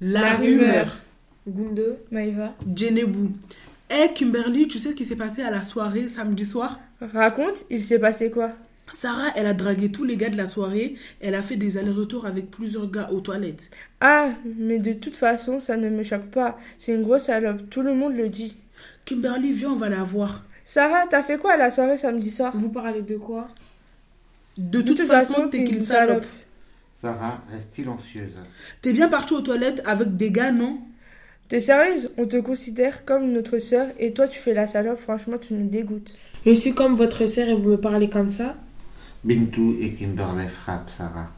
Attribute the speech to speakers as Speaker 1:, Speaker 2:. Speaker 1: La,
Speaker 2: La
Speaker 1: rumeur.
Speaker 2: rumeur. Gundo.
Speaker 3: Maïva.
Speaker 1: Jenebou. Eh Kimberly, tu sais ce qui s'est passé à la soirée samedi soir
Speaker 3: Raconte, il s'est passé quoi
Speaker 1: Sarah, elle a dragué tous les gars de la soirée. Elle a fait des allers-retours avec plusieurs gars aux toilettes.
Speaker 3: Ah, mais de toute façon, ça ne me choque pas. C'est une grosse salope, tout le monde le dit.
Speaker 1: Kimberly, viens, on va la voir.
Speaker 3: Sarah, t'as fait quoi à la soirée samedi soir
Speaker 2: Vous parlez de quoi
Speaker 1: De toute, façon, t'es qu'une salope.
Speaker 4: Sarah reste silencieuse.
Speaker 1: T'es bien partie aux toilettes avec des gars, non
Speaker 3: T'es sérieuse On te considère comme notre sœur et toi tu fais la salope, franchement tu nous dégoûtes.
Speaker 2: Je suis comme votre sœur et vous me parlez comme ça
Speaker 4: Bintou et Kimberley frappent Sarah.